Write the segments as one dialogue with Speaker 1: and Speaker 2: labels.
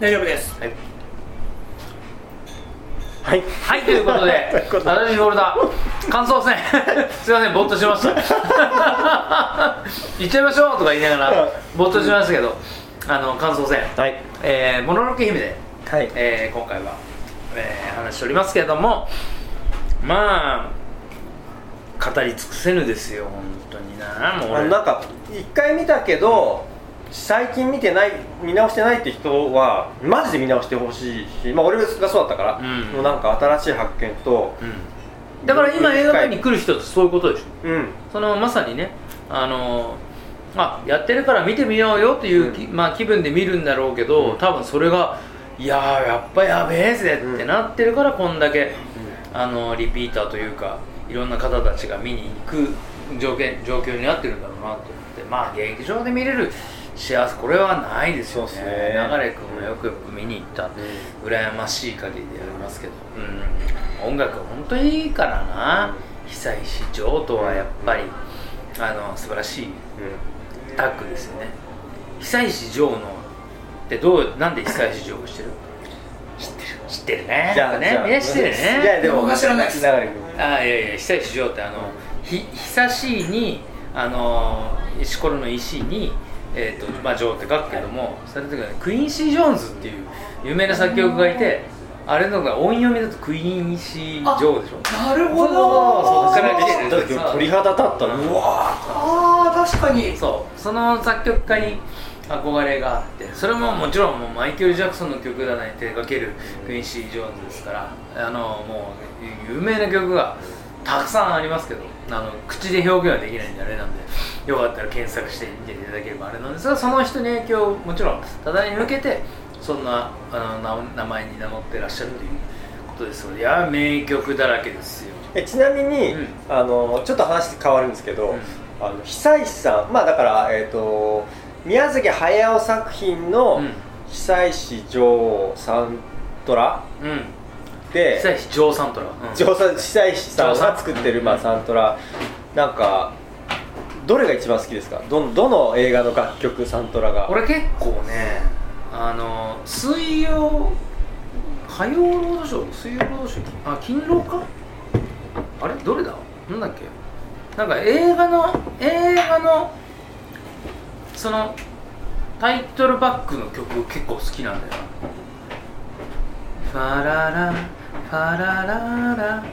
Speaker 1: 大丈夫です
Speaker 2: はいはい
Speaker 1: はいということ
Speaker 2: というこ
Speaker 1: で
Speaker 2: とで
Speaker 1: 私フォルダ感想ですね すいませんぼーっとしました 行っちゃいましょうとか言いながらぼーっとしましたけど、あの感想戦
Speaker 2: はい
Speaker 1: えーもののけ姫で、
Speaker 2: はい
Speaker 1: えー今回は、えー話しておりますけれどもまあ語り尽くせぬですよ本当になもう
Speaker 2: あの
Speaker 1: 俺
Speaker 2: なんか一回見たけど最近見てない見直してないって人はマジで見直してほしいし、まあ、俺がそうだったから、
Speaker 1: うん
Speaker 2: もうなんか新しい発見と
Speaker 1: うん、だから今映画館に来る人ってそういうことでしょ
Speaker 2: うん
Speaker 1: そのまさにねあのあやってるから見てみようよっていう、きまあ、気分で見るんだろうけど、多分それがいやーやっぱやべえぜってなってるからこんだけ、あのリピーターというかいろんな方たちが見に行く条件状況になってるんだろうなと思ってまあ劇場で見れる幸せこれはないですよね
Speaker 2: そうっすね
Speaker 1: 流君もよくよく見に行った、羨ましい限りでありますけど、うん、音楽は本当にいいからな、久石譲とはやっぱりあの素晴らしいタッグですよね久石譲のってどうなんで久石譲をしてる知ってる知ってるねやっぱねみんな知ってるよね
Speaker 2: いやでも
Speaker 3: 僕は知らないです
Speaker 2: 流れ君
Speaker 1: あいやいや久石譲ってあの、ひ久しいにあのー石ころの石にえーとまあ、城って書くけども、それの時はねクインシー・ジョーンズっていう有名な作曲家がいてあれのが音読みだとクインシー・ジョーでしょ
Speaker 3: なるほど
Speaker 1: そうそっから来てる
Speaker 2: だって今鳥肌立ったの
Speaker 1: うん
Speaker 2: うわ
Speaker 3: ああ確かに
Speaker 1: そうその作曲家に憧れがあってそれももちろんもうマイケル・ジャクソンの曲だね手掛けるクインシー・ジョーンズですからあのもう有名な曲がたくさんありますけどあの口で表現はできないんであれなんでよかったら検索して見ていただければあれなんですがその人に影響をもちろん多大に向けてそんなあの名名前に名乗ってらっしゃるということですのでいや名曲だらけですよ
Speaker 2: えちなみに、
Speaker 1: うん
Speaker 2: あのちょっと話変わるんですけど、
Speaker 1: うん
Speaker 2: あの久石さんまあだからえっ、と宮崎駿作品の
Speaker 1: うん
Speaker 2: 久石譲サントラ
Speaker 1: うん
Speaker 2: で、
Speaker 1: 久石譲サントラ、うん
Speaker 2: 城さん久石さんが作ってる、まあ、
Speaker 1: うん
Speaker 2: サントラなんかどれが一番好きですかどどの映画の楽曲サントラが
Speaker 1: 俺結構ねあの水曜火曜ロードショー水曜ロードショーあ勤労かあれどれだなんだっけなんか映画の映画のそのタイトルバックの曲結構好きなんだよなファララファラララっ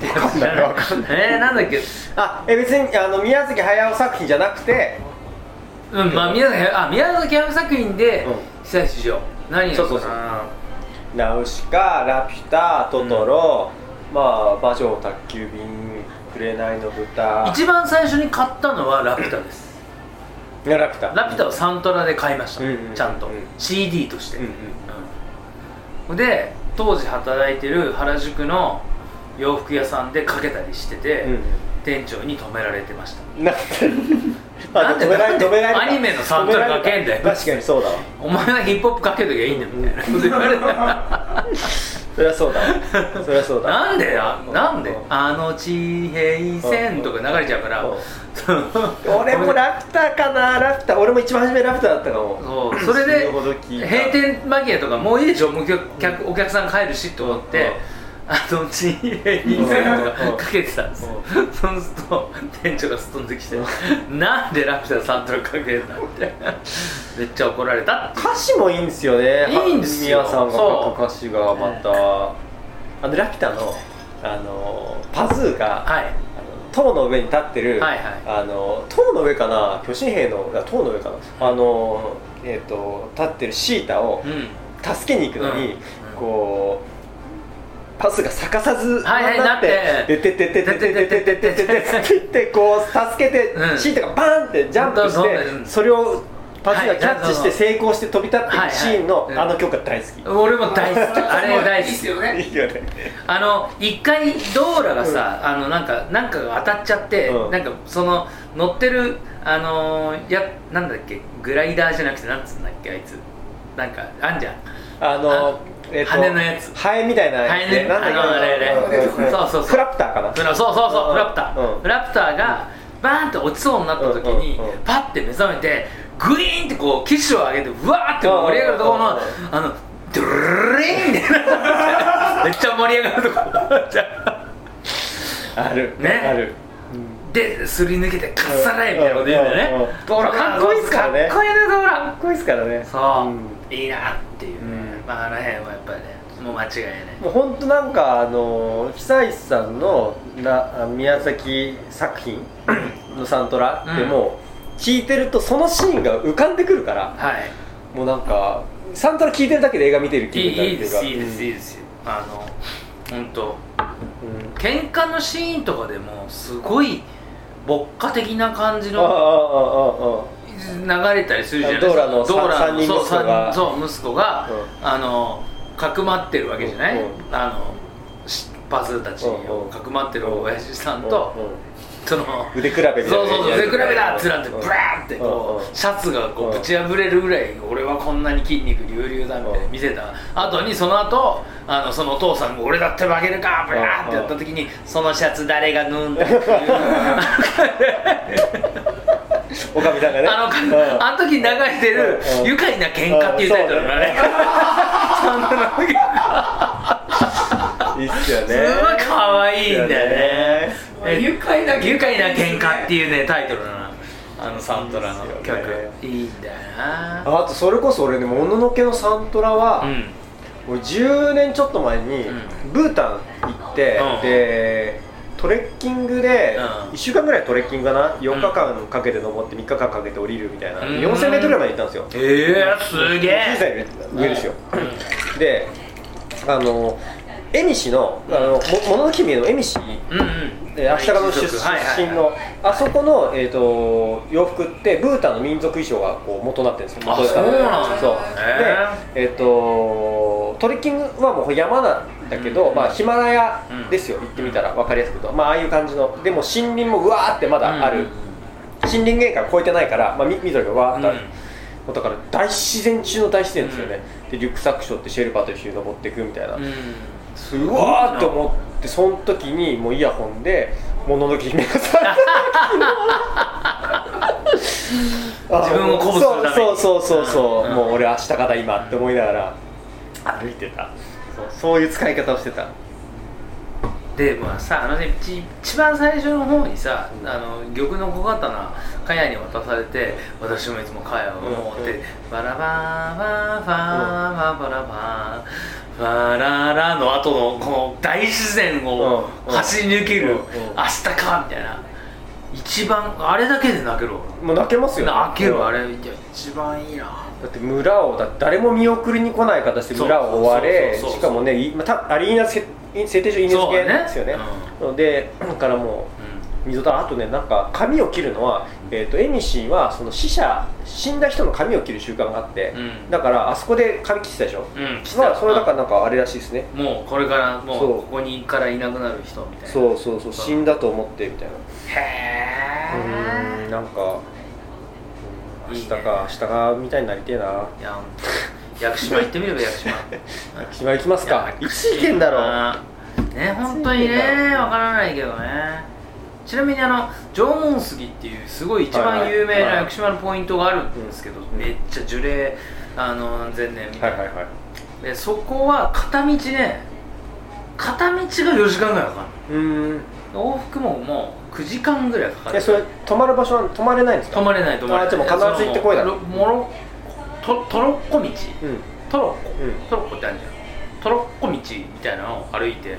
Speaker 1: てやつじゃない
Speaker 2: わかん
Speaker 1: えー、なんだっけ
Speaker 2: あえ別にあの宮崎駿作品じゃなくて
Speaker 1: うんまあ宮崎あ宮崎駿作品で
Speaker 2: う
Speaker 1: 久石譲何やったかな
Speaker 2: そうそうそう「ナウシカ」「ラピュタ」「トトロ」まあ「馬女宅急便」「紅の豚」
Speaker 1: 一番最初に買ったのはラピュタです
Speaker 2: 「ラピュタ」
Speaker 1: ラピュタをサントラで買いました、
Speaker 2: うんうん
Speaker 1: ちゃんと、
Speaker 2: うん
Speaker 1: CD として、
Speaker 2: うんうん
Speaker 1: うんで当時働いてる原宿の洋服屋さんでかけたりしてて、
Speaker 2: うんうん
Speaker 1: 店長に止められてました
Speaker 2: なん
Speaker 1: な
Speaker 2: で
Speaker 1: んで
Speaker 2: あ止められ
Speaker 1: なんで
Speaker 2: 止められた
Speaker 1: アニメのサントラかけんだよ
Speaker 2: 止められた確かにそうだわ
Speaker 1: お前はヒップホップかけときゃいいんだよみたいなこと言われて
Speaker 2: そりゃそうだわそりゃそうだ
Speaker 1: なんでやなん
Speaker 2: う
Speaker 1: で
Speaker 2: ん
Speaker 1: あの地平線とか流れちゃうから
Speaker 2: うん 俺もラピュタかなラピュタ俺も一番初めラピュタだったかも
Speaker 1: そうそれで
Speaker 2: 死ぬほど聞いた
Speaker 1: 閉店間際とかもういいでしょもう客お客さん帰るしと思って、あのちえにとかかけてたんですよ、そうすると店長がすっ飛んできて「なんでラピュタサントラかけんだ」 ってめっちゃ怒られたって
Speaker 2: 歌詞もいいんですよね
Speaker 1: いいんですよ
Speaker 2: 宮さんが書く歌詞がまた、
Speaker 1: そ
Speaker 2: あのラピュタのあのパズーが、
Speaker 1: はい
Speaker 2: あの塔の上に立ってる、
Speaker 1: はいはい
Speaker 2: あの塔の上かな巨神兵のあ塔の上かなあの、えー、と立ってるシータを
Speaker 1: うん
Speaker 2: 助けに行くのに、
Speaker 1: うん
Speaker 2: こう。パスが逆さず
Speaker 1: はいはい
Speaker 2: なっ、
Speaker 1: なって
Speaker 2: でてててててててててててってこう助けて
Speaker 1: うん
Speaker 2: シータがバーンってジャンプし
Speaker 1: そうそうう
Speaker 2: て
Speaker 1: ん
Speaker 2: それをパズがキャッチし
Speaker 1: は
Speaker 2: て
Speaker 1: い
Speaker 2: 成功して飛び立っていくシーンの
Speaker 1: はいは
Speaker 2: あ
Speaker 1: い
Speaker 2: の曲が大好き
Speaker 1: 俺も大好きあれ大好
Speaker 3: いいっ
Speaker 1: き
Speaker 3: すよね
Speaker 2: いいよね
Speaker 1: あの一回ドーラがさ、あのなんかなんかが当たっちゃって、
Speaker 2: うん
Speaker 1: なんかその乗ってるあのーやなんだっけグライダーじゃなくてなんつうんだっけあいつなんかあんじゃん
Speaker 2: あの
Speaker 1: あ
Speaker 2: えっと
Speaker 1: 羽のやつ
Speaker 2: ハエみたいなやつね
Speaker 1: 羽ね
Speaker 2: なんだっけ
Speaker 1: あのあれあれ
Speaker 2: うんうん
Speaker 1: そうそうそう
Speaker 2: フラプターかな
Speaker 1: フラそうそうそう、
Speaker 2: うん
Speaker 1: フラプター、
Speaker 2: うん
Speaker 1: フラプターがバーンって落ちそうになった時に、
Speaker 2: うんうんうん
Speaker 1: パッて目覚めてグイーンってこう機種を上げてうわーって盛り上がるところの
Speaker 2: あ
Speaker 1: あ
Speaker 2: ー
Speaker 1: のドゥルルリーンってめっちゃ盛り上がるとこ
Speaker 2: ある
Speaker 1: ね
Speaker 2: ある
Speaker 1: で、すり抜けてかっさらえみたいなこと言うんだ
Speaker 2: うんうん
Speaker 1: よ
Speaker 2: うん
Speaker 1: ねほら
Speaker 2: かっこいいっすからね
Speaker 1: かっこいいねほ
Speaker 2: かっ
Speaker 1: ら
Speaker 2: こいいですからね
Speaker 1: そう、
Speaker 2: ん
Speaker 1: いいなっていうね、
Speaker 2: うん
Speaker 1: まああの辺はやっぱりねもう間違いない
Speaker 2: もう本当なんかあの久石さんのなあ宮崎作品 のサントラってもう聞いてるとそのシーンが浮かんでくるから
Speaker 1: はい
Speaker 2: もうなんかサントラ聞いてるだけで映画見てる気
Speaker 1: い
Speaker 2: 分にな
Speaker 1: い
Speaker 2: る
Speaker 1: いい
Speaker 2: って
Speaker 1: で
Speaker 2: いうか
Speaker 1: すいいですいいですよあの本当
Speaker 2: うんうん
Speaker 1: 喧嘩のシーンとかでもすごい牧歌的な感じ
Speaker 2: あああ
Speaker 1: の
Speaker 2: あああ
Speaker 1: 流れたりするじゃないですか
Speaker 2: ドーラのさ三人
Speaker 1: そう
Speaker 2: 息子が
Speaker 1: 三そう息子が、
Speaker 2: う
Speaker 1: あのかくまってるわけじゃない、
Speaker 2: うん
Speaker 1: あのしパズーたち
Speaker 2: うんう
Speaker 1: を
Speaker 2: ん
Speaker 1: かくまってる親父さんと、
Speaker 2: うんうん
Speaker 1: その
Speaker 2: 腕比べみたいな
Speaker 1: そうそうそう腕比べだってなってブ
Speaker 2: うん
Speaker 1: ラーってこ
Speaker 2: うん
Speaker 1: うシャツがこ
Speaker 2: うん
Speaker 1: うぶち破れるぐらい俺はこんなに筋肉隆々だみたいな見せた後にその後あのそのお父さんが俺だって負けるかブラーってやった時にそのシャツ誰が縫うんだって いう
Speaker 2: おかみさんがね
Speaker 1: あの、
Speaker 2: うん
Speaker 1: あの時流れてる
Speaker 2: うん
Speaker 1: 「愉快な喧嘩」っていうタイトルのね そんなのが
Speaker 2: いいっすよね
Speaker 1: すごい可愛いんだよね
Speaker 3: すよね
Speaker 1: え
Speaker 3: 愉快な喧嘩
Speaker 1: 愉快な喧嘩っていうねタイトルなのあのサントラの曲
Speaker 2: いいです
Speaker 1: いいんだよな
Speaker 2: あとそれこそ俺ね「もののけ」のサントラは、
Speaker 1: うん
Speaker 2: 俺10年ちょっと前に
Speaker 1: うん
Speaker 2: ブータン行って、
Speaker 1: うん
Speaker 2: でトレッキングで
Speaker 1: うん
Speaker 2: 1週間ぐらいトレッキングかな4日間かけて登って3日間かけて降りるみたいな
Speaker 1: うん
Speaker 2: 4000m ぐらいまで行ったんですよ
Speaker 1: えー、すげ
Speaker 2: 小さ
Speaker 1: え
Speaker 2: い上ですよであの恵比寿の「あのももののけ姫」の恵比寿
Speaker 1: うんうん
Speaker 2: えー、明日からの出出身のあそこの、えー、と洋服ってブータンの民族衣装がこう元になってるんですよ
Speaker 1: あ
Speaker 2: 元
Speaker 1: そ
Speaker 2: 々
Speaker 1: うなんだ
Speaker 2: そう
Speaker 1: へ
Speaker 2: でえっ、とトレッキングはもう山なんだけど、
Speaker 1: うん
Speaker 2: まあ、ヒマラヤですよ、行ってみたら分かりやすく言うと、まあ、ああいう感じのでも森林もうわーってまだある、森林限界を超えてないから、まあ、み緑がわーってある、だから大自然中の大自然ですよね、でリュックサック背負ってシェルパーと一緒に登っていくみたいな、
Speaker 1: うん
Speaker 2: うわーって思ってその時にもうイヤホンで「もののけ姫」がさ
Speaker 1: 自分を鼓舞するために
Speaker 2: そうそうそうそうそう、
Speaker 1: うん
Speaker 2: もう俺明日から今って思いながら歩いてたそうそういう使い方をしてた
Speaker 1: でまあさあのねち一番最初の方にさあの玉の小刀カヤに渡されて私もいつもカヤを持って、
Speaker 2: うんうん
Speaker 1: バラバーバーバーバーバラバーバララの後のこの大自然を
Speaker 2: うんうん
Speaker 1: 走り抜ける、
Speaker 2: うんうん
Speaker 1: 明日かみたいな一番あれだけで泣けるわ
Speaker 2: もう泣けますよ、ね、
Speaker 1: 泣けるあ
Speaker 2: う
Speaker 1: れ
Speaker 2: ん
Speaker 1: 一番いいな
Speaker 2: だって村をだ誰も見送りに来ない形で村を追われ
Speaker 1: そうそうそうそう
Speaker 2: しかもねいまあたアリーナせ設定上イネス
Speaker 1: そう
Speaker 2: 系
Speaker 1: だね
Speaker 2: ですよねのでだからもう
Speaker 1: うん
Speaker 2: 溝だあとねなんか髪を切るのは、えー、とエミシンはその死者死んだ人の髪を切る習慣があって、
Speaker 1: うん
Speaker 2: だからあそこで髪切ってたでしょ、
Speaker 1: うん
Speaker 2: まあそれだからなんかあれらしいですね、
Speaker 1: もうこれからもう
Speaker 2: そう
Speaker 1: ここにからいなくなる人みたいな
Speaker 2: そうそうそう
Speaker 1: そう
Speaker 2: 死んだと思ってみたいなうー
Speaker 1: へ
Speaker 2: んなんか
Speaker 1: いいね
Speaker 2: うん明日か明日かみたいになりてえない
Speaker 1: やほんと屋久島行ってみれば屋久 島
Speaker 2: 屋久島行きます
Speaker 1: い
Speaker 2: か
Speaker 1: や
Speaker 2: いつ行けんだろう
Speaker 1: ね本当にね
Speaker 2: ついてんだろう
Speaker 1: わからないけどねちなみにあの縄文杉っていうすごい一
Speaker 2: はいは
Speaker 1: 番
Speaker 2: い
Speaker 1: 有名
Speaker 2: はい
Speaker 1: な屋久島のポイントがあるんですけど、
Speaker 2: うん
Speaker 1: めっちゃ樹齢あの何千年みたいな、
Speaker 2: はい
Speaker 1: でそこは片道ね片道が4時間ぐらいかか
Speaker 2: うーん
Speaker 1: る往復ももう9時間ぐらいかかる
Speaker 2: えそれ泊まる場所は泊まれないんですか
Speaker 1: 泊まれない泊まれない
Speaker 2: あじゃあもう必ず行ってこいだ
Speaker 1: そのもろとトロッコ道
Speaker 2: うんう
Speaker 1: トロッコ、
Speaker 2: うん
Speaker 1: トロッコってあるじゃんトロッコ道みたいなのを歩いて、
Speaker 2: ーん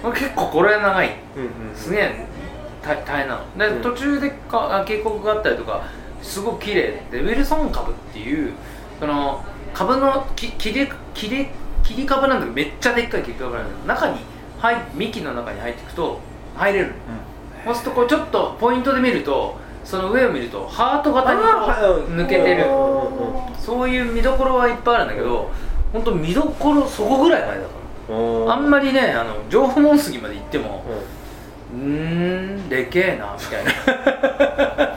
Speaker 1: これ結構これ長い
Speaker 2: うんうん
Speaker 1: すげえ大大変なので、
Speaker 2: うん
Speaker 1: 途中でかあ渓谷があったりとかすごく綺麗でウィルソン株っていうその株のき切れ切れ切り株なんだけどめっちゃでっかい切り株なんだけど中に入幹の中に入っていくと入れるのそうするとこうちょっとポイントで見るとその上を見るとハート型にこう抜けてる
Speaker 2: うんうんうん
Speaker 1: そういう見どころはいっぱいあるんだけど本当見どころそこぐらいまでだから
Speaker 2: う
Speaker 1: あんまりねあの縄文杉まで行っても
Speaker 2: うん
Speaker 1: うーんでけえなみたい な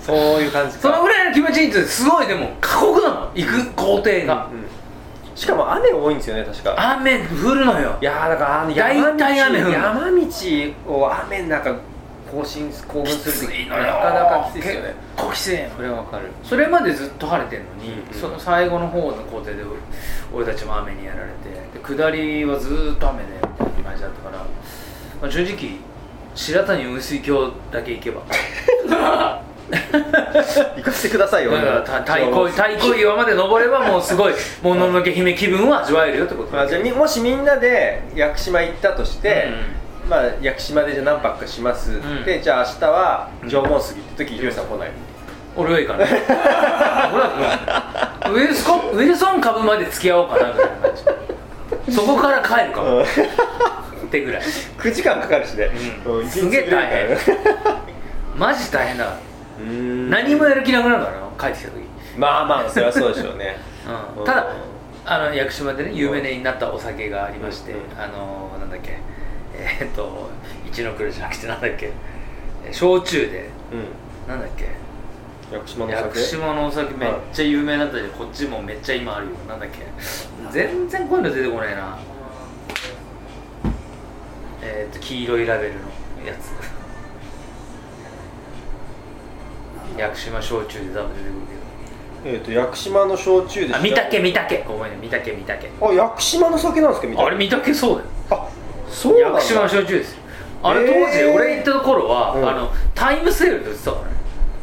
Speaker 2: そういう感じか
Speaker 1: そのぐらいの気持ちいいってすごいでも過酷なの行く工程が
Speaker 2: うんしかも雨多いんですよね確か
Speaker 1: 雨降るのよ
Speaker 2: いやーだからあの
Speaker 1: 大体雨降る
Speaker 2: 山道を雨の中興奮す興奮する
Speaker 1: きつ
Speaker 2: 時
Speaker 1: い
Speaker 2: な
Speaker 1: の
Speaker 2: か
Speaker 1: よ
Speaker 2: なかきついですよね
Speaker 1: 結構きついの
Speaker 2: それはわかる
Speaker 1: それまでずっと晴れてるのに、
Speaker 2: うんうん
Speaker 1: その最後の方の工程で俺俺たちも雨にやられてで下りはずーっと雨でみたいな感じだったから、まあ、正直白谷雲水峡だけ行けば
Speaker 2: 行かせてくださいよ
Speaker 1: だからた太鼓太鼓岩まで登ればもうす ごい「もののけ姫」気分を味わえるよってこと
Speaker 2: まあ、じゃあみもしみんなで屋久島行ったとして、まあ、屋久島でじゃあ何泊かします、
Speaker 1: ん
Speaker 2: でじゃあ明日は縄文杉って時、リュウさん来ない、
Speaker 1: 俺はいいかな俺は来ないウィルスコウィルソン株まで付き合おうかなみたいな感じそこから帰るか も、ってぐらい
Speaker 2: 9時間かかるしね、
Speaker 1: うん
Speaker 2: 一日
Speaker 1: すげえ大変
Speaker 2: ぐらいかかる
Speaker 1: マジ大変だから
Speaker 2: うーん
Speaker 1: 何もやる気なくなるからな帰ってきた時、
Speaker 2: まあまあそれはそうでしょうね
Speaker 1: うん
Speaker 2: うん
Speaker 1: ただあの屋久島でね有名になったお酒がありまして、
Speaker 2: うん
Speaker 1: あのなんだっけえーっと一の黒じゃなくてなんだっけえ焼酎で
Speaker 2: うん
Speaker 1: なんだっけ
Speaker 2: 屋久島の
Speaker 1: 屋久
Speaker 2: 酒
Speaker 1: 島のお酒めっちゃ有名だったじゃんこっちもめっちゃ今あるよなんだっけ全然こういうの出てこないなえーっと黄色いラベルのや つ屋久島焼酎で多分出てくるけど
Speaker 2: えー、と屋久島の焼酎で
Speaker 1: あ、
Speaker 2: す
Speaker 1: 見たけ見たけごめんね、見たけ見たけ
Speaker 2: あ屋久島の酒なんですか見た
Speaker 1: あれ見たけそうだよ
Speaker 2: あそうなん
Speaker 1: 屋
Speaker 2: だ
Speaker 1: 久島の焼酎ですよあれ当時、
Speaker 2: えー
Speaker 1: 俺行った頃は、
Speaker 2: うん
Speaker 1: あのタイムセールで売ってたからね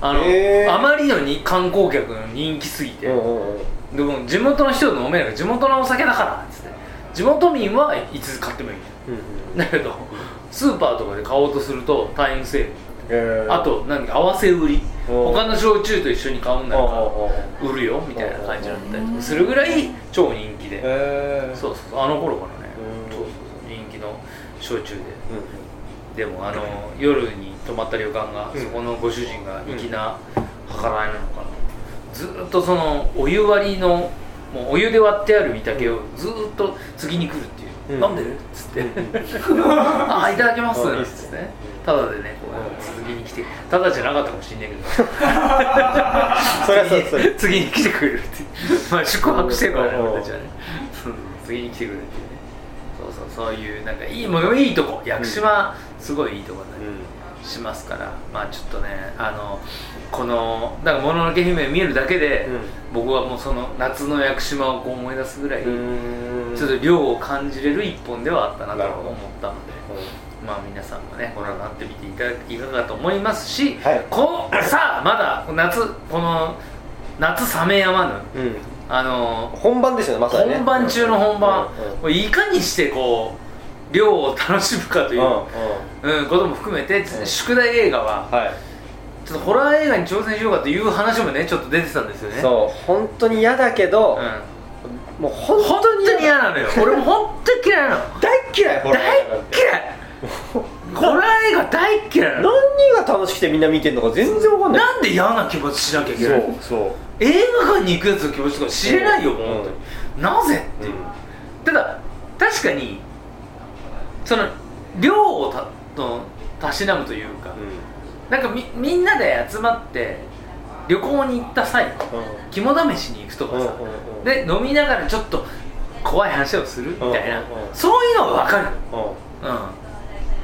Speaker 1: あの、
Speaker 2: えー
Speaker 1: あまりのに観光客の人気すぎて、
Speaker 2: うんうんうん
Speaker 1: でも地元の人で飲めないから地元のお酒だからっつって地元民はいつ買ってもいいんだよ
Speaker 2: うんうん
Speaker 1: だけどスーパーとかで買おうとするとタイムセール
Speaker 2: えー
Speaker 1: あと何合わせ売り
Speaker 2: うん
Speaker 1: 他の焼酎と一緒に買うんだ
Speaker 2: うんうん
Speaker 1: から売るよみたいな感じだったりとかするぐらい超人気で
Speaker 2: えー
Speaker 1: そうそうそうあの頃からね
Speaker 2: うん
Speaker 1: そうそうそう人気の焼酎で
Speaker 2: うん
Speaker 1: でもあ の夜に泊まった旅館が、
Speaker 2: うん
Speaker 1: そこのご主人が粋な計らいなのかなずーっとそのお湯割りのもうお湯で割ってある御嶽をずーっと次に来るっていう、
Speaker 2: うん
Speaker 1: 飲んでるっつって、
Speaker 2: う
Speaker 1: ああいただきます
Speaker 2: あいいっ
Speaker 1: っ
Speaker 2: す
Speaker 1: つっ
Speaker 2: ね
Speaker 1: てねただでねこう続きに来てただじゃなかったかもしんないけど
Speaker 2: そりゃそうそりゃ
Speaker 1: 次に次に来てくれるってまあ宿泊してるからね
Speaker 2: うん
Speaker 1: 俺たちはねうん次に来てくれるっていうねそうそうそういうなんかいいもういいとこ屋久島すごいいいとこだね、
Speaker 2: うん
Speaker 1: しますからまあちょっとねあのこのだから「もののけ姫」見るだけで、
Speaker 2: うん
Speaker 1: 僕はもうその夏の屋久島をこう思い出すぐらい、
Speaker 2: うん
Speaker 1: ちょっと量を感じれる一本ではあったなと
Speaker 2: なるほど
Speaker 1: 思ったので、まあ皆さんもねご覧になってみていただいかがと思いますし、
Speaker 2: はい
Speaker 1: こうさあまだ夏この夏鮫山ぬ
Speaker 2: うんうん
Speaker 1: あの
Speaker 2: 本番ですよねまさにね
Speaker 1: 本番中の本番、
Speaker 2: うんうん
Speaker 1: これいかにしてこう量を楽しむかという、
Speaker 2: うん
Speaker 1: うん、ことも含めて、
Speaker 2: ん
Speaker 1: 宿題映画は
Speaker 2: はい
Speaker 1: ちょっとホラー映画に挑戦しようかという話もねちょっと出てたんですよねう、
Speaker 2: そう本当に嫌だけど
Speaker 1: ん、
Speaker 2: もう本
Speaker 1: 本
Speaker 2: 当
Speaker 1: 当
Speaker 2: に
Speaker 1: に嫌なの よ俺も本当に嫌いなの
Speaker 2: 大っ嫌いホラー
Speaker 1: 大っ
Speaker 2: 映画なんて
Speaker 1: 嫌 いホラー映画大っ嫌いなの
Speaker 2: 何が楽しくてみんな見てんのか全然わかんない
Speaker 1: なんで嫌な気持ちしなきゃいけないの
Speaker 2: そうそ
Speaker 1: 映画館に行くやつの気持ちとか知れないよ、もう本当に、なぜっ
Speaker 2: う
Speaker 1: て
Speaker 2: う
Speaker 1: い
Speaker 2: ん
Speaker 1: う、ただ確かにその量をたのたしなむというか、なんかみみんなで集まって旅行に行った際
Speaker 2: う
Speaker 1: 肝試しに行くとかさ、
Speaker 2: うんうんうん
Speaker 1: で飲みながらちょっと怖い話をするみたいな、
Speaker 2: うんうんうん
Speaker 1: そういうのは分かる、
Speaker 2: んうん
Speaker 1: うん、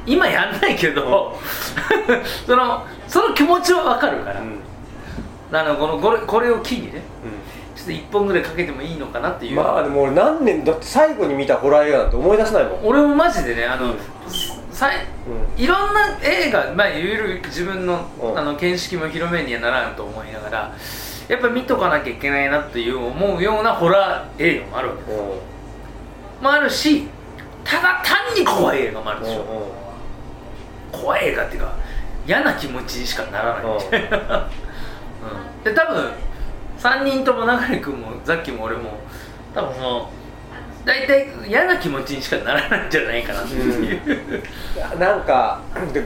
Speaker 1: 今やんないけど、 そのその気持ちは分かるから、
Speaker 2: うん
Speaker 1: あのこのこれこれを機にねちょっと1本ぐらいかけてもいいのかなっていう、
Speaker 2: まあでも俺何年だって最後に見たホラー映画なんて思い出せないもん
Speaker 1: 俺もマジでねあの、
Speaker 2: うん
Speaker 1: さいいろんな映画、まあ、いろいろ自分の,、
Speaker 2: うん
Speaker 1: あの見識も広めにはならんと思いながらやっぱ見とかなきゃいけないなっていう思うようなホラー映画もあるわけ
Speaker 2: うんうん
Speaker 1: もあるしただ単に怖い映画もあるでしょ、怖い映画っていうか嫌な気持ちにしかならないみたいな、うんで多分3人とも流れ君もザッキーも俺も多分その大体嫌な気持ちにしかならないんじゃないかなっていう、
Speaker 2: うんなんかで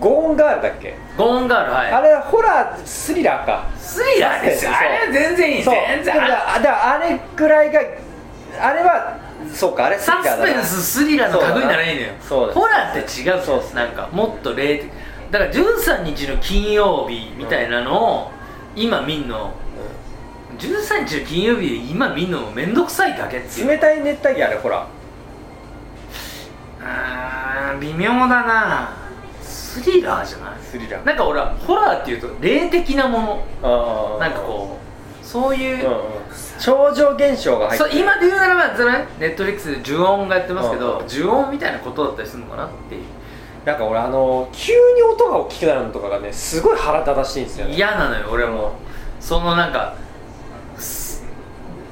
Speaker 2: ゴーンガールだっけ
Speaker 1: ゴーンガールはい
Speaker 2: あれホラースリラーか
Speaker 1: スリラーですよ
Speaker 2: そう
Speaker 1: あれは全然いい
Speaker 2: そう
Speaker 1: 全
Speaker 2: だ
Speaker 1: 然
Speaker 2: か
Speaker 1: あれ
Speaker 2: らあだからあれぐらいがあれはそうかあれスリラ
Speaker 1: サ
Speaker 2: ー
Speaker 1: ス
Speaker 2: だ
Speaker 1: ペ
Speaker 2: な
Speaker 1: ンススリラーの類いならいいのよ
Speaker 2: そうだ
Speaker 1: ホラーって違う
Speaker 2: そう
Speaker 1: ぞ
Speaker 2: です
Speaker 1: なんかもっと霊的だから13日の金曜日みたいなのを今見んの13日の金曜日で今見んのもめんどくさいだけっていう
Speaker 2: 冷たい熱帯魚あれホラー
Speaker 1: うーん微妙だなスリラーじゃない
Speaker 2: スリラー
Speaker 1: なんか俺はホラーっていうと霊的なも
Speaker 2: あ
Speaker 1: の
Speaker 2: ー
Speaker 1: なんかこうそういうう,、
Speaker 2: んうん超常現象が入
Speaker 1: そう
Speaker 2: って
Speaker 1: 今で言うならばじゃないネットフリックスで呪音がやってますけど
Speaker 2: うん
Speaker 1: 呪音みたいなことだったりするのかなっていう
Speaker 2: なんか俺あの急に音が大きくなるのとかがねすごい腹立たしいんですよね
Speaker 1: 嫌なのよ俺もそのなんかす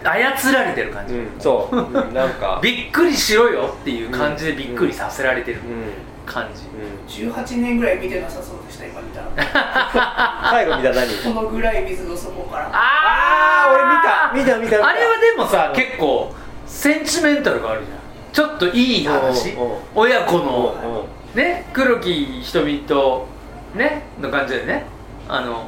Speaker 1: 操られてる感じ、
Speaker 2: うん そううんなんか
Speaker 1: びっくりしろよっていう感じでびっくりさせられてる
Speaker 2: うんうん
Speaker 1: 感じ、
Speaker 3: 18年ぐらい見てなさそうでした今見たら
Speaker 2: 最後見た何
Speaker 3: このぐらい水の底から
Speaker 1: あ
Speaker 2: あー俺見た見た見た見た
Speaker 1: あれはでもさ、
Speaker 2: うん
Speaker 1: 結構センチメンタルがあるじゃんちょっといい話
Speaker 2: うんうん
Speaker 1: 親子の、
Speaker 2: うんうん
Speaker 1: ね黒木瞳とねの感じでねあの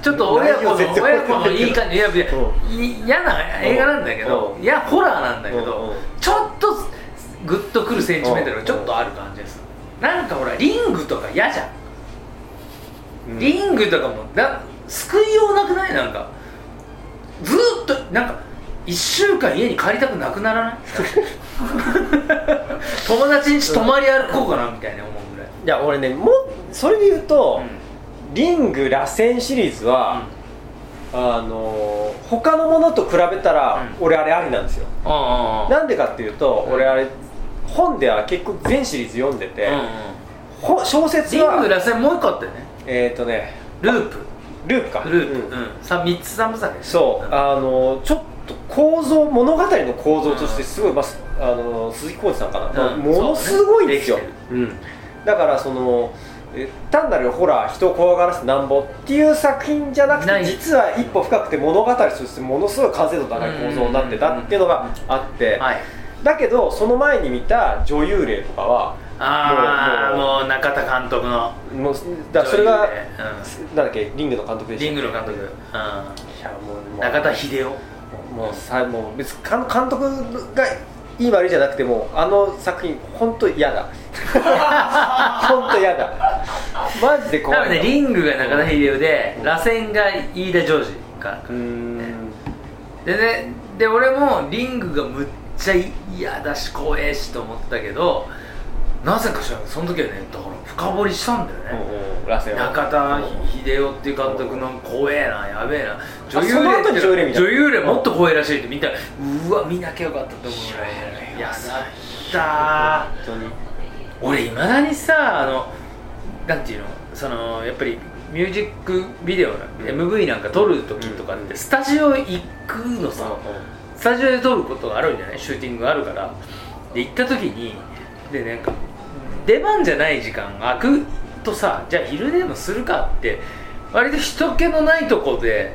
Speaker 1: ちょっと親子の
Speaker 2: 内容全然
Speaker 1: 親子のいい感じいやいや
Speaker 2: う
Speaker 1: い嫌な映画なんだけど
Speaker 2: うん
Speaker 1: いやホラーなんだけ
Speaker 2: うんう
Speaker 1: ど
Speaker 2: ん
Speaker 1: ちょっとグッとくるセンチメンタルがちょっとある感じですなんかほらリングとか嫌じゃん
Speaker 2: うん
Speaker 1: リングとかもな救いようなくないなんかずーっとなんか1週間家に帰りたくなくな らない友達ん家泊まり歩こうかなみたいな思うぐらい、
Speaker 2: いや俺ねもそれで言うと、
Speaker 1: う
Speaker 2: リング螺旋シリーズは、あのー他のものと比べたら、
Speaker 1: うん
Speaker 2: 俺あれありなんですよ
Speaker 1: あ
Speaker 2: なんでかっていうと、
Speaker 1: うん
Speaker 2: 俺あれ本では結構全シリーズ読んでて、
Speaker 1: うんうん
Speaker 2: ほ小説
Speaker 1: リング
Speaker 2: は
Speaker 1: 螺旋もう一個あったよね
Speaker 2: えっ、ー、とね
Speaker 1: ループ
Speaker 2: ループか
Speaker 1: ルー
Speaker 2: うん
Speaker 1: プ、うんさ3つ三部作で
Speaker 2: そう、
Speaker 1: ん
Speaker 2: あのーちょっと構造物語の構造としてすごい、まあすあのー鈴木浩二さんかな、
Speaker 1: うん
Speaker 2: ものすごいんですよ、
Speaker 1: そうね
Speaker 2: うんだからそのえ単なるホラー人を怖がらせてなんぼっていう作品じゃなく
Speaker 1: ない
Speaker 2: て実は一歩深くて物語としてものすごい完成度高い構造になってたっていうのがあって、
Speaker 1: はい
Speaker 2: だけどその前に見た女優霊とかは
Speaker 1: ああ
Speaker 2: もうも
Speaker 1: もう中田監督の
Speaker 2: もうだからそれが、
Speaker 1: 女優ね
Speaker 2: なんだっけリングの監督
Speaker 1: う
Speaker 2: で
Speaker 1: ん
Speaker 2: した
Speaker 1: リングの監督、
Speaker 2: い
Speaker 1: うん
Speaker 2: やもうもう
Speaker 1: 中田秀夫
Speaker 2: もうさもう別に監監督がいい悪いじゃなくてもうあの作品本当嫌だ本当嫌だマジで怖
Speaker 1: 多
Speaker 2: い
Speaker 1: 分ねリングが中田秀夫で螺旋が飯田ジョージか
Speaker 2: うーん
Speaker 1: でねで俺もリングがむっちゃ嫌だし怖えしと思ったけどなぜかしらんけどその時はねだから深掘りしたんだよね、
Speaker 2: うんうん螺旋
Speaker 1: 中田秀夫っていう監督の怖えなやべえな女優
Speaker 2: その
Speaker 1: 霊
Speaker 2: 後に女優霊見た
Speaker 1: 女優霊もっと怖いらしいって見たらうわ見なきゃよかったと思うぐらいいややだった
Speaker 2: 本当に
Speaker 1: 俺いまだにさあのなんていうのそのやっぱりミュージックビデオ MV なんか撮る時とかっ
Speaker 2: う
Speaker 1: て
Speaker 2: ん
Speaker 1: スタジオ行くのさスタジオで撮ることがあるんじゃないシューティングがあるからで行った時にでなんか出番じゃない時間が空くとさじゃあ昼寝でもするかって割と人気のないとこで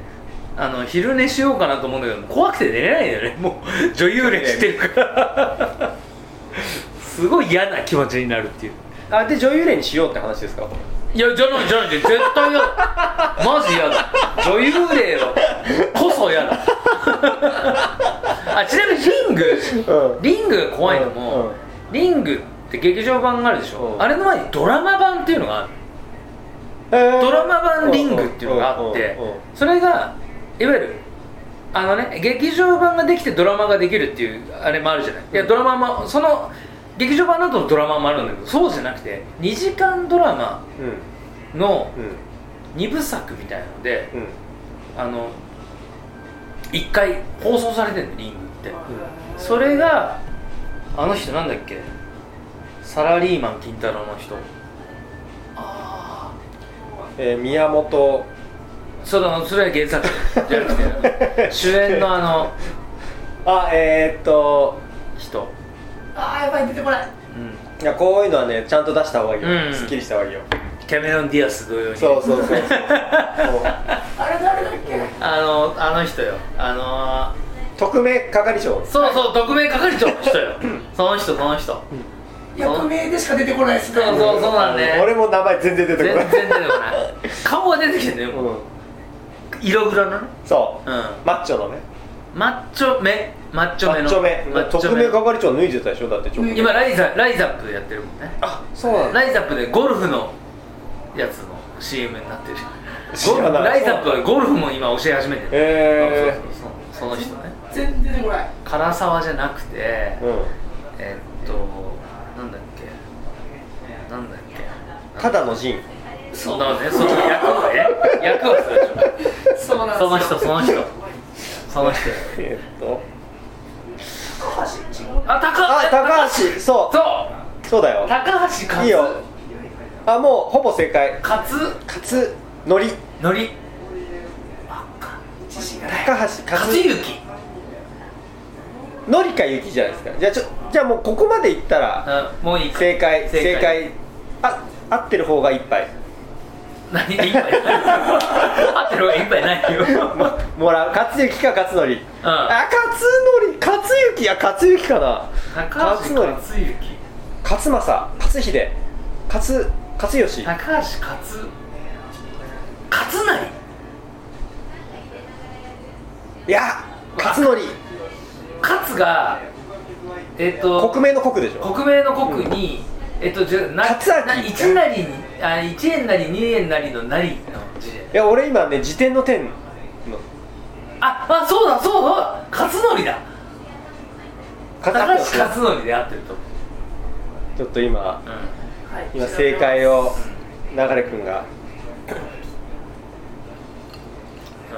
Speaker 1: あの昼寝しようかなと思うんだけど怖くて寝れないんだよねもう女優練してるからすごい嫌な気持ちになるっていう
Speaker 2: あで女優霊にしようって話ですか
Speaker 1: いやじゃないじゃない絶対嫌だマジ嫌だ女優霊はこそ嫌だあちなみにリング、
Speaker 2: うん
Speaker 1: リングが怖いのも、
Speaker 2: うんうん
Speaker 1: リングって劇場版があるでしょ、
Speaker 2: うん
Speaker 1: あれの前にドラマ版っていうのがあるド
Speaker 2: ド
Speaker 1: ラマ版リングっていうのがあってそれがいわゆるあのね劇場版ができてドラマができるっていうあれもあるじゃないいやドラマもその劇場版などのドラマもあるんだけどそうじゃなくて2時間ドラマ
Speaker 2: うん
Speaker 1: の
Speaker 2: うん
Speaker 1: 2部作みたいなので
Speaker 2: うん
Speaker 1: あの1回放送されてるのリングって
Speaker 3: うん
Speaker 1: それがあの人なんだっけサラリーマン金太郎の人ああ
Speaker 2: えー宮本
Speaker 1: それそれは原作じゃなくて 主演のあの
Speaker 2: あえー、っと
Speaker 1: 人
Speaker 3: あーやばい出てこない
Speaker 1: うん
Speaker 2: いやこういうのはねちゃんと出した方がいいよ、
Speaker 1: うん
Speaker 2: すっきりした方がいいよ
Speaker 1: キャメロン・ディアス同様に
Speaker 2: そうそうそうそう
Speaker 3: あれ誰だっけ
Speaker 1: あのあの人よあ
Speaker 2: 特命係長
Speaker 1: のー、そうそう特命係長の人 よその人その人
Speaker 3: 役名でしか出てこないですね
Speaker 1: そうそうそうなんね
Speaker 2: 俺も名前全然出て
Speaker 1: 全
Speaker 2: こない
Speaker 1: 然出てこない顔は出てきてねもう
Speaker 2: うん
Speaker 1: 色黒のね
Speaker 2: そう、
Speaker 1: うん
Speaker 2: マッチョのね
Speaker 1: マッチョ目マッチョ
Speaker 2: マ
Speaker 1: 目
Speaker 2: ッ
Speaker 1: の
Speaker 2: チョ目特命係長脱いでたでしょだってちょっと
Speaker 1: 今ライザライザップやってるもんね
Speaker 2: あそうなんだ
Speaker 1: ライザップでゴルフのやつの CM になってる
Speaker 2: 知
Speaker 1: ゴル
Speaker 2: らない
Speaker 1: ライザップはゴルフも今教え始めてる
Speaker 2: へ
Speaker 1: そうそうそうその人ね
Speaker 3: 全然出てこない
Speaker 1: 唐沢じゃなくて、
Speaker 2: うん
Speaker 1: えーっとなんだっけなんだっけ
Speaker 2: ただのジン
Speaker 1: そ
Speaker 3: そうう
Speaker 1: だねその役を ね役をするでし
Speaker 3: そうなんで
Speaker 1: ょ
Speaker 3: す
Speaker 1: そ
Speaker 3: よ
Speaker 1: の人その人その人
Speaker 2: えーっと
Speaker 3: 高橋一郎
Speaker 1: あ高
Speaker 2: あ高橋そ
Speaker 1: そう
Speaker 2: うそうだよ
Speaker 1: 高橋か
Speaker 2: いいよあもうほぼ正解
Speaker 1: かつ
Speaker 2: かつのり
Speaker 1: のり
Speaker 3: 自信がない
Speaker 2: 高橋か
Speaker 1: か
Speaker 2: つ
Speaker 1: つゆき
Speaker 2: のりかゆきじゃないですかじゃあちょじゃあもうここまでいったら
Speaker 1: うんもういいか
Speaker 2: 正解正解あ合ってる方が一杯
Speaker 1: 何が いっぱい合ってる方がいっぱいないよ
Speaker 2: ももらう勝之か勝則、あ勝則勝之や勝之かな
Speaker 1: 高橋
Speaker 2: 則
Speaker 1: 克幸
Speaker 2: 勝政勝秀勝勝義
Speaker 1: 高橋勝勝成
Speaker 2: いや勝則
Speaker 1: 勝がえっと
Speaker 2: 国名の国でしょ
Speaker 1: 国名の国に、えっとじゃな
Speaker 2: 勝明
Speaker 1: な一なりにあ一円なり二円なりのなりの字で
Speaker 2: いや俺今ね辞典の点の
Speaker 1: ああそうだそうだ勝則だ
Speaker 2: 勝
Speaker 1: 高橋
Speaker 2: 之
Speaker 1: 勝則で合ってると思う、
Speaker 2: ちょっと今
Speaker 3: はい
Speaker 2: 今正解を流れ君が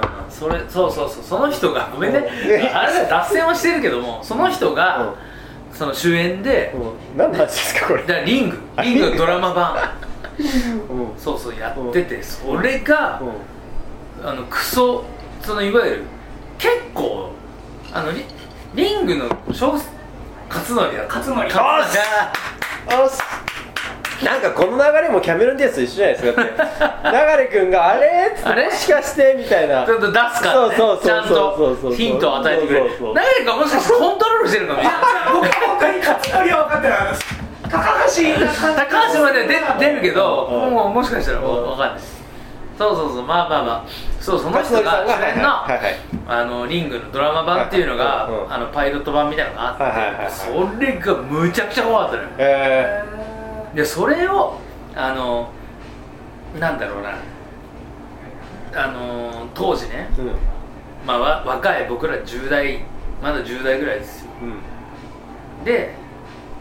Speaker 1: うんうん、それそうそうそうその人がごめんね
Speaker 2: うん
Speaker 1: あれだよ脱線はしてるけどもその人が、その主演で、
Speaker 2: うんうん何なんですかこれ
Speaker 1: だからリングリングのドラマ版
Speaker 2: うんうん
Speaker 1: そうそうやっててそれが、あのクソそのいわゆる結構あのリリングの小勝則だ
Speaker 3: 勝則
Speaker 1: 勝則
Speaker 2: よしなんかこの流れもキャメロン・ディアスと一緒じゃないですかだ って流れ君が「あれ?」っつ
Speaker 1: あ
Speaker 2: って
Speaker 1: れ
Speaker 2: もしかしてみたいな
Speaker 1: ちょっと出すから、ね、
Speaker 2: そうそうそうそう
Speaker 1: ちゃん
Speaker 2: そうそうそ
Speaker 1: と
Speaker 2: う
Speaker 1: ヒントを与えてくれる
Speaker 2: そうそうそう
Speaker 1: 誰かもしかしてコントロールしてるかもしれない
Speaker 3: 僕は他に勝則は分かってないです高橋が
Speaker 1: 高橋まで出出るけど、
Speaker 2: うん
Speaker 1: もうもしかしたら
Speaker 2: うん
Speaker 1: 分かんないそうそうそうまあまあまあそうその
Speaker 2: 勝
Speaker 1: 人
Speaker 2: 則さ
Speaker 1: が
Speaker 2: んが
Speaker 1: 主演の、
Speaker 2: はいはいはいはい
Speaker 1: あのリングのドラマ版っていうのが、
Speaker 2: はいはいうん
Speaker 1: あのパイロット版みたいなのがあって、
Speaker 2: はいはいはいはい
Speaker 1: それがむちゃくちゃ怖かったのよ
Speaker 2: え
Speaker 1: でそれをあのなんだろうなあの当時ね、
Speaker 2: ー、うん
Speaker 1: まあ、わ若い僕ら10代まだ10代ぐらいですよ
Speaker 2: うん
Speaker 1: で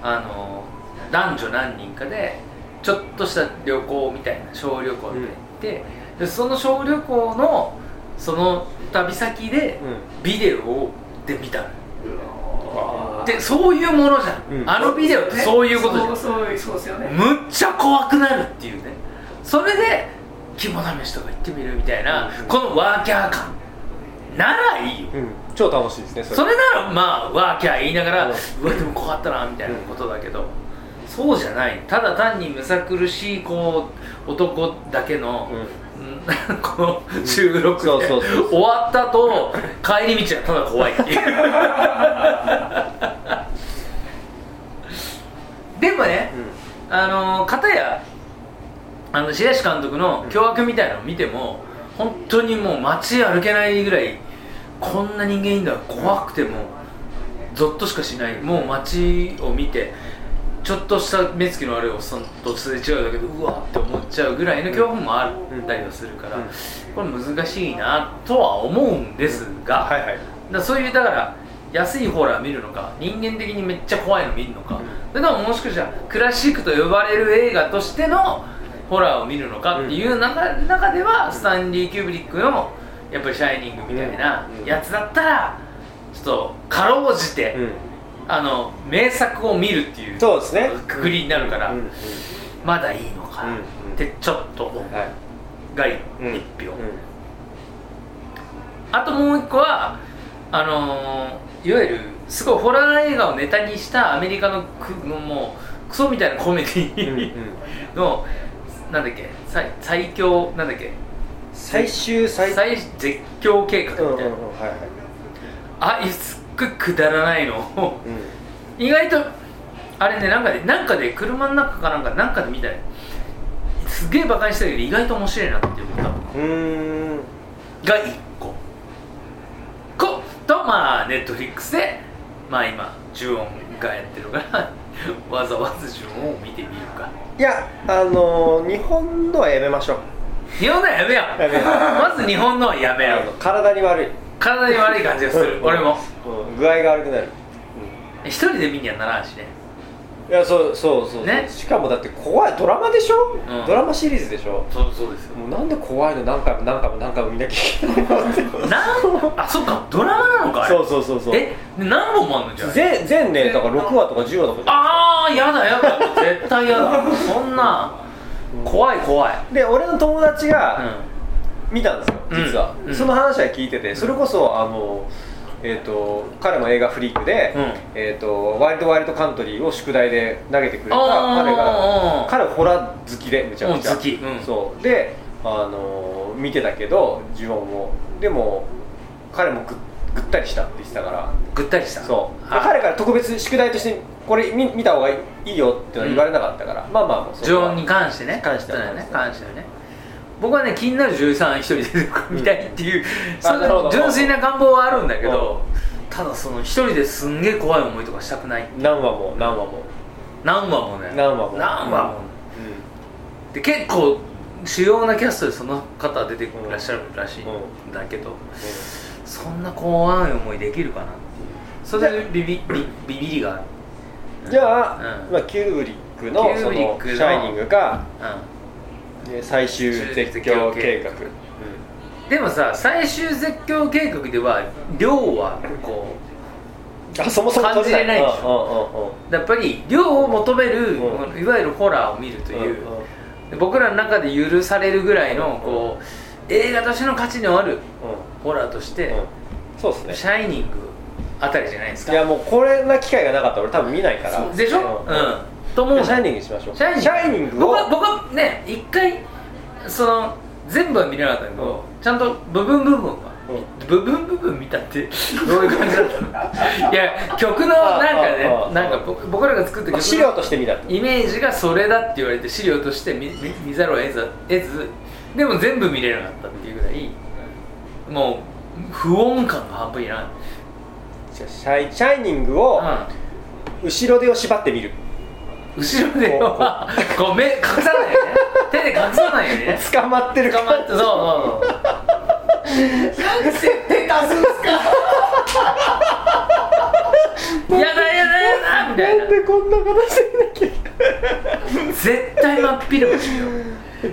Speaker 1: あの男女何人かでちょっとした旅行みたいな小旅行で行って、でその小旅行のその旅先で
Speaker 2: う
Speaker 1: ビデオで見たのよ
Speaker 2: あ
Speaker 1: でそういうものじゃん、
Speaker 2: うん
Speaker 1: あのビデオってそういうことじゃん
Speaker 3: そうそうそうですよね
Speaker 1: むっちゃ怖くなるっていうねそれで肝試しとか行ってみるみたいな、
Speaker 2: うん
Speaker 1: このワーキャー感ならいいよ
Speaker 2: ーうん、超楽しいですねそれ
Speaker 1: それならまあワーキャー言いながら、
Speaker 2: う
Speaker 1: うんわでも怖かったなみたいなことだけど、そうじゃないただ単にむさ苦しいこう男だけの、うん この収録
Speaker 2: そう
Speaker 1: で
Speaker 2: そうそうそう
Speaker 1: 終わった後帰り道はただ怖いってい うでもね、あの片やあの白石監督の「凶悪」みたいなのを見ても、本当にもう街歩けないぐらいこんな人間いんだ怖くてもゾッとしかしないもう街を見てちょっとした目つきの悪いおっさんとすれ違うだけでうわって思っちゃうぐらいの恐怖もあったりはするから、
Speaker 2: うん
Speaker 1: これ難しいなとは思うんですが、
Speaker 2: はいはい
Speaker 1: だからそういうだから安いホラー見るのか人間的にめっちゃ怖いの見るのか、それとももしかしたらクラシックと呼ばれる映画としてのホラーを見るのかっていう中,、中ではスタンリー・キューブリックのやっぱり「シャイニング」みたいな
Speaker 2: うん
Speaker 1: やつだったらちょっとかろうじて、
Speaker 2: う、
Speaker 1: あの名作を見るっていうん
Speaker 2: そうですね
Speaker 1: くくりになるから、
Speaker 2: うんうん
Speaker 1: まだいいのか
Speaker 2: うん
Speaker 1: な
Speaker 2: うん
Speaker 1: ってちょっと思う
Speaker 2: はい
Speaker 1: が一
Speaker 2: うん
Speaker 1: 票、
Speaker 2: うん
Speaker 1: あともう一個はあのーいわゆるすごいホラー映画をネタにしたアメリカのくもうクソみたいなコメデ
Speaker 2: うんうん
Speaker 1: ィの、なんだっけ最最強なんだっけ
Speaker 2: 最終最
Speaker 1: 最絶叫計画みた
Speaker 2: う
Speaker 1: い
Speaker 2: ん
Speaker 1: な、
Speaker 2: うんうんはいはい
Speaker 1: あいつくくだらないの を
Speaker 2: うん
Speaker 1: 意外とあれねなんかでなんかで車の中かなんかなんかで見たいすげえバカにしてたけど意外と面白いなって思った
Speaker 2: うーん
Speaker 1: が1個ことまあネットフリックスでまあ今呪音がやってるから わざわざ呪音を見てみるか
Speaker 2: いやあのー、日本のはやめましょう
Speaker 1: 日本のはやめよ
Speaker 2: やめよ
Speaker 1: うまず日本のはやめよ
Speaker 2: あの
Speaker 1: う
Speaker 2: 体に悪い
Speaker 1: 体に悪い 感じがする俺も、
Speaker 2: うん、具合が悪くなる
Speaker 1: 一人で見にはならんしね
Speaker 2: いやそうそうそう、
Speaker 1: ね
Speaker 2: しかもだって怖いドラマでしょ、
Speaker 1: うん
Speaker 2: ドラマシリーズでしょ
Speaker 1: そうそうですよ
Speaker 2: もうなんで怖いの何回も何回も何回も見なきゃいけないのって
Speaker 1: なんあそっかドラマなのかい
Speaker 2: そうそうそうそう
Speaker 1: えで何本もあんのじゃん
Speaker 2: 全全ねだから6話とか10話とかじゃん
Speaker 1: ああやだやだ絶対やだそんな怖い怖い
Speaker 2: で俺の友達
Speaker 1: う
Speaker 2: が
Speaker 1: ん
Speaker 2: 見たんですよ、
Speaker 1: うん
Speaker 2: 実は、
Speaker 1: うん
Speaker 2: その話は聞いててそれこそあのえー、と彼も映画フリークで、
Speaker 1: うん
Speaker 2: えーと「ワイルド・ワイルド・カントリー」を宿題で投げてくれた
Speaker 1: あー
Speaker 2: 彼
Speaker 1: あ
Speaker 2: が
Speaker 1: ー
Speaker 2: 彼ホラー好きでめちゃくちゃ、
Speaker 1: うん好きうん
Speaker 2: そうで、あの見てたけど自分もでも彼もぐぐったりしたって言ってたから
Speaker 1: ぐったりした
Speaker 2: そう、
Speaker 1: あ
Speaker 2: 彼から特別宿題としてこれ見見た方がいいよってのは言われなかったから、まあまあまあそ
Speaker 1: ジ
Speaker 2: こ
Speaker 1: ョ
Speaker 2: は
Speaker 1: ンに関してね
Speaker 2: 関しては
Speaker 1: そうだよね関してはね僕はね気になる女優さん一人で出てくるみたいっていう、そ
Speaker 2: なるほ
Speaker 1: の
Speaker 2: ど
Speaker 1: 純粋な願望はあるんだけど、ただその一人ですんげえ怖い思いとかしたくない
Speaker 2: 何話も何話も、
Speaker 1: 何話もね
Speaker 2: 何話も
Speaker 1: 何話もで結構主要なキャストでその方出ていらっしゃるらしい
Speaker 2: うん
Speaker 1: だけど、
Speaker 2: うん
Speaker 1: そんな怖い思いできるかなそれでビビビビビりがある
Speaker 2: じゃあ、
Speaker 1: うん
Speaker 2: まあ、キューブリックの
Speaker 1: キュ
Speaker 2: そ
Speaker 1: ーブリッ
Speaker 2: の「
Speaker 1: ク
Speaker 2: シ
Speaker 1: の
Speaker 2: ャイニングが」えー最終
Speaker 1: 絶
Speaker 2: 絶
Speaker 1: 叫
Speaker 2: 叫
Speaker 1: 計
Speaker 2: 計
Speaker 1: 画
Speaker 2: 画」
Speaker 1: うん、でもさ最終絶叫計画では量はこう
Speaker 2: あそもそも
Speaker 1: 感じれないでし
Speaker 2: ょ
Speaker 1: やっぱり量を求める、
Speaker 2: うん
Speaker 1: このいわゆるホラーを見るという、
Speaker 2: うんうん
Speaker 1: で僕らの中で許されるぐらいのこう映画としての価値のある
Speaker 2: うんうん
Speaker 1: ホラーとして
Speaker 2: うん、そう
Speaker 1: 「
Speaker 2: です
Speaker 1: シ
Speaker 2: ね
Speaker 1: ャイニング」あたりじゃないです
Speaker 2: いや
Speaker 1: か
Speaker 2: もうこれな機会がなかったら俺多分見ないから
Speaker 1: でしょ
Speaker 2: うん
Speaker 1: うん、と思う
Speaker 2: じゃ
Speaker 1: の
Speaker 2: あシャイニングにしましょう
Speaker 1: シャイニング
Speaker 2: を
Speaker 1: 僕は僕はね一回その全部は見れなかったけど、ちゃんと部分部分は、
Speaker 2: う
Speaker 1: 部分部分見たってどういう感じだったの いや曲のなんかね
Speaker 2: あああ
Speaker 1: なんか僕僕らが作った曲
Speaker 2: まあ
Speaker 1: の
Speaker 2: 資料として見たって
Speaker 1: イメージがそれだって言われて資料として見見見ざるを得ず得ずでも全部見れなかったっていうぐらいもう不穏感が半端いらん
Speaker 2: じゃあシャイシャイニングを後ろ手を縛って見る
Speaker 1: うん、後ろで はこう目隠さないよね手で隠さないよね
Speaker 2: 捕まってる
Speaker 1: 捕まってそうそうそう
Speaker 3: 設定足すんすか
Speaker 1: やだやだやだみたいな
Speaker 2: なんでこんな形になきゃいけない
Speaker 1: 絶対真っ昼間によ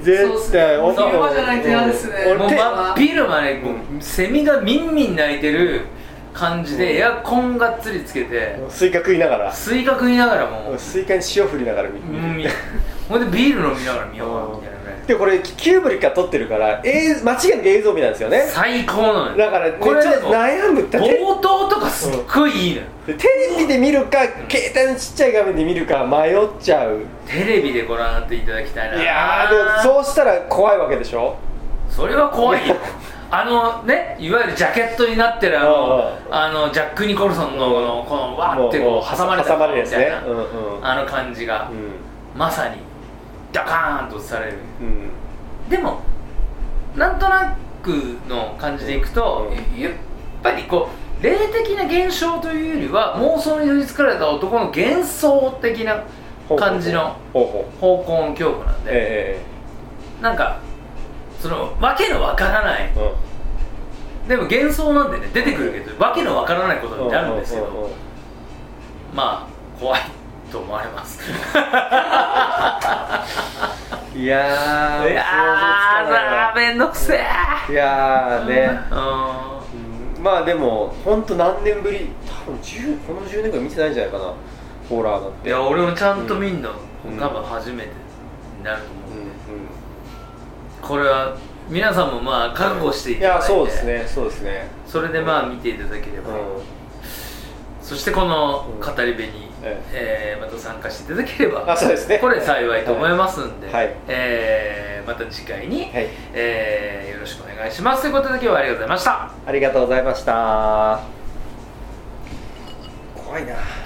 Speaker 2: 絶対
Speaker 3: そうっすね
Speaker 2: 女の子
Speaker 3: 昼間じゃないと嫌ですね
Speaker 2: 俺
Speaker 1: もう
Speaker 2: 手
Speaker 1: 真っ昼間ねこうセミがみんみん鳴いてる感じでエアコンがっつりつけて
Speaker 2: スイカ食いながら
Speaker 1: スイカ食いながらもう
Speaker 2: スイカに塩振りながら見
Speaker 1: う
Speaker 2: る
Speaker 1: んみほんでビール飲みながら見ようかみたいなぐらい
Speaker 2: でこれキューブリックが撮ってるから映間違いなく映像美なんですよね
Speaker 1: 最高なのよ
Speaker 2: だからねちょ
Speaker 1: こ
Speaker 2: っ
Speaker 1: れ
Speaker 2: と
Speaker 1: でも
Speaker 2: 悩むってテ
Speaker 1: 冒頭とかすっごいいいのよ
Speaker 2: レテレビで見るか携帯のちっちゃい画面で見るか迷っちゃう
Speaker 1: テレビでご覧になっていただきたいない
Speaker 2: いやーでもそうしたら怖いわけでしょ
Speaker 1: それは怖いよあのねいわゆるジャケットになってるあの
Speaker 2: うん
Speaker 1: あのジャック・ニコルソンのこのこのわーってこう挟まれた
Speaker 2: 挟まれるやつ
Speaker 1: み
Speaker 2: ね
Speaker 1: たいな
Speaker 2: うんうん
Speaker 1: あの感じが、まさにダカーンと映される
Speaker 2: うんうん
Speaker 1: でもなんとなくの感じでいくと、
Speaker 2: う
Speaker 1: やっぱりこう霊的な現象というよりは妄想に取りつかれた男の幻想的な
Speaker 2: ほうほうほう
Speaker 1: 感じの
Speaker 2: ほうほう
Speaker 1: 方向の恐怖なんで、
Speaker 2: え
Speaker 1: なんかそのわけのわからない
Speaker 2: えええうん
Speaker 1: でも幻想なんでね出てくるけどわけのわからないことになるんですけど、
Speaker 2: うううん
Speaker 1: まあ怖いと思われます
Speaker 2: うんいや ー
Speaker 1: いやー
Speaker 2: 想像つかないな
Speaker 1: めんどくせえ
Speaker 2: いやーね
Speaker 1: うん
Speaker 2: うんまあでも本当何年ぶり多分10この10年ぐらい見てないんじゃないかなホラーだって
Speaker 1: いや俺もちゃんと見んの、
Speaker 2: うん
Speaker 1: 多分初めてになると思う、
Speaker 2: う
Speaker 1: これは皆さんもまあ覚悟してい
Speaker 2: んい
Speaker 1: ただい
Speaker 2: や
Speaker 1: て
Speaker 2: そうですねそうですね
Speaker 1: それでまあ見ていただければ、
Speaker 2: う
Speaker 1: そしてこの語り部に、
Speaker 2: え
Speaker 1: えーまた参加していただけれ
Speaker 2: んあ
Speaker 1: ば
Speaker 2: そうですね
Speaker 1: これ幸いと思いますんで、
Speaker 2: はい
Speaker 1: えーまた次回に、
Speaker 2: はい
Speaker 1: えーよろしくお願いしますということで今日はありがとうございました
Speaker 2: ありがとうございました怖いな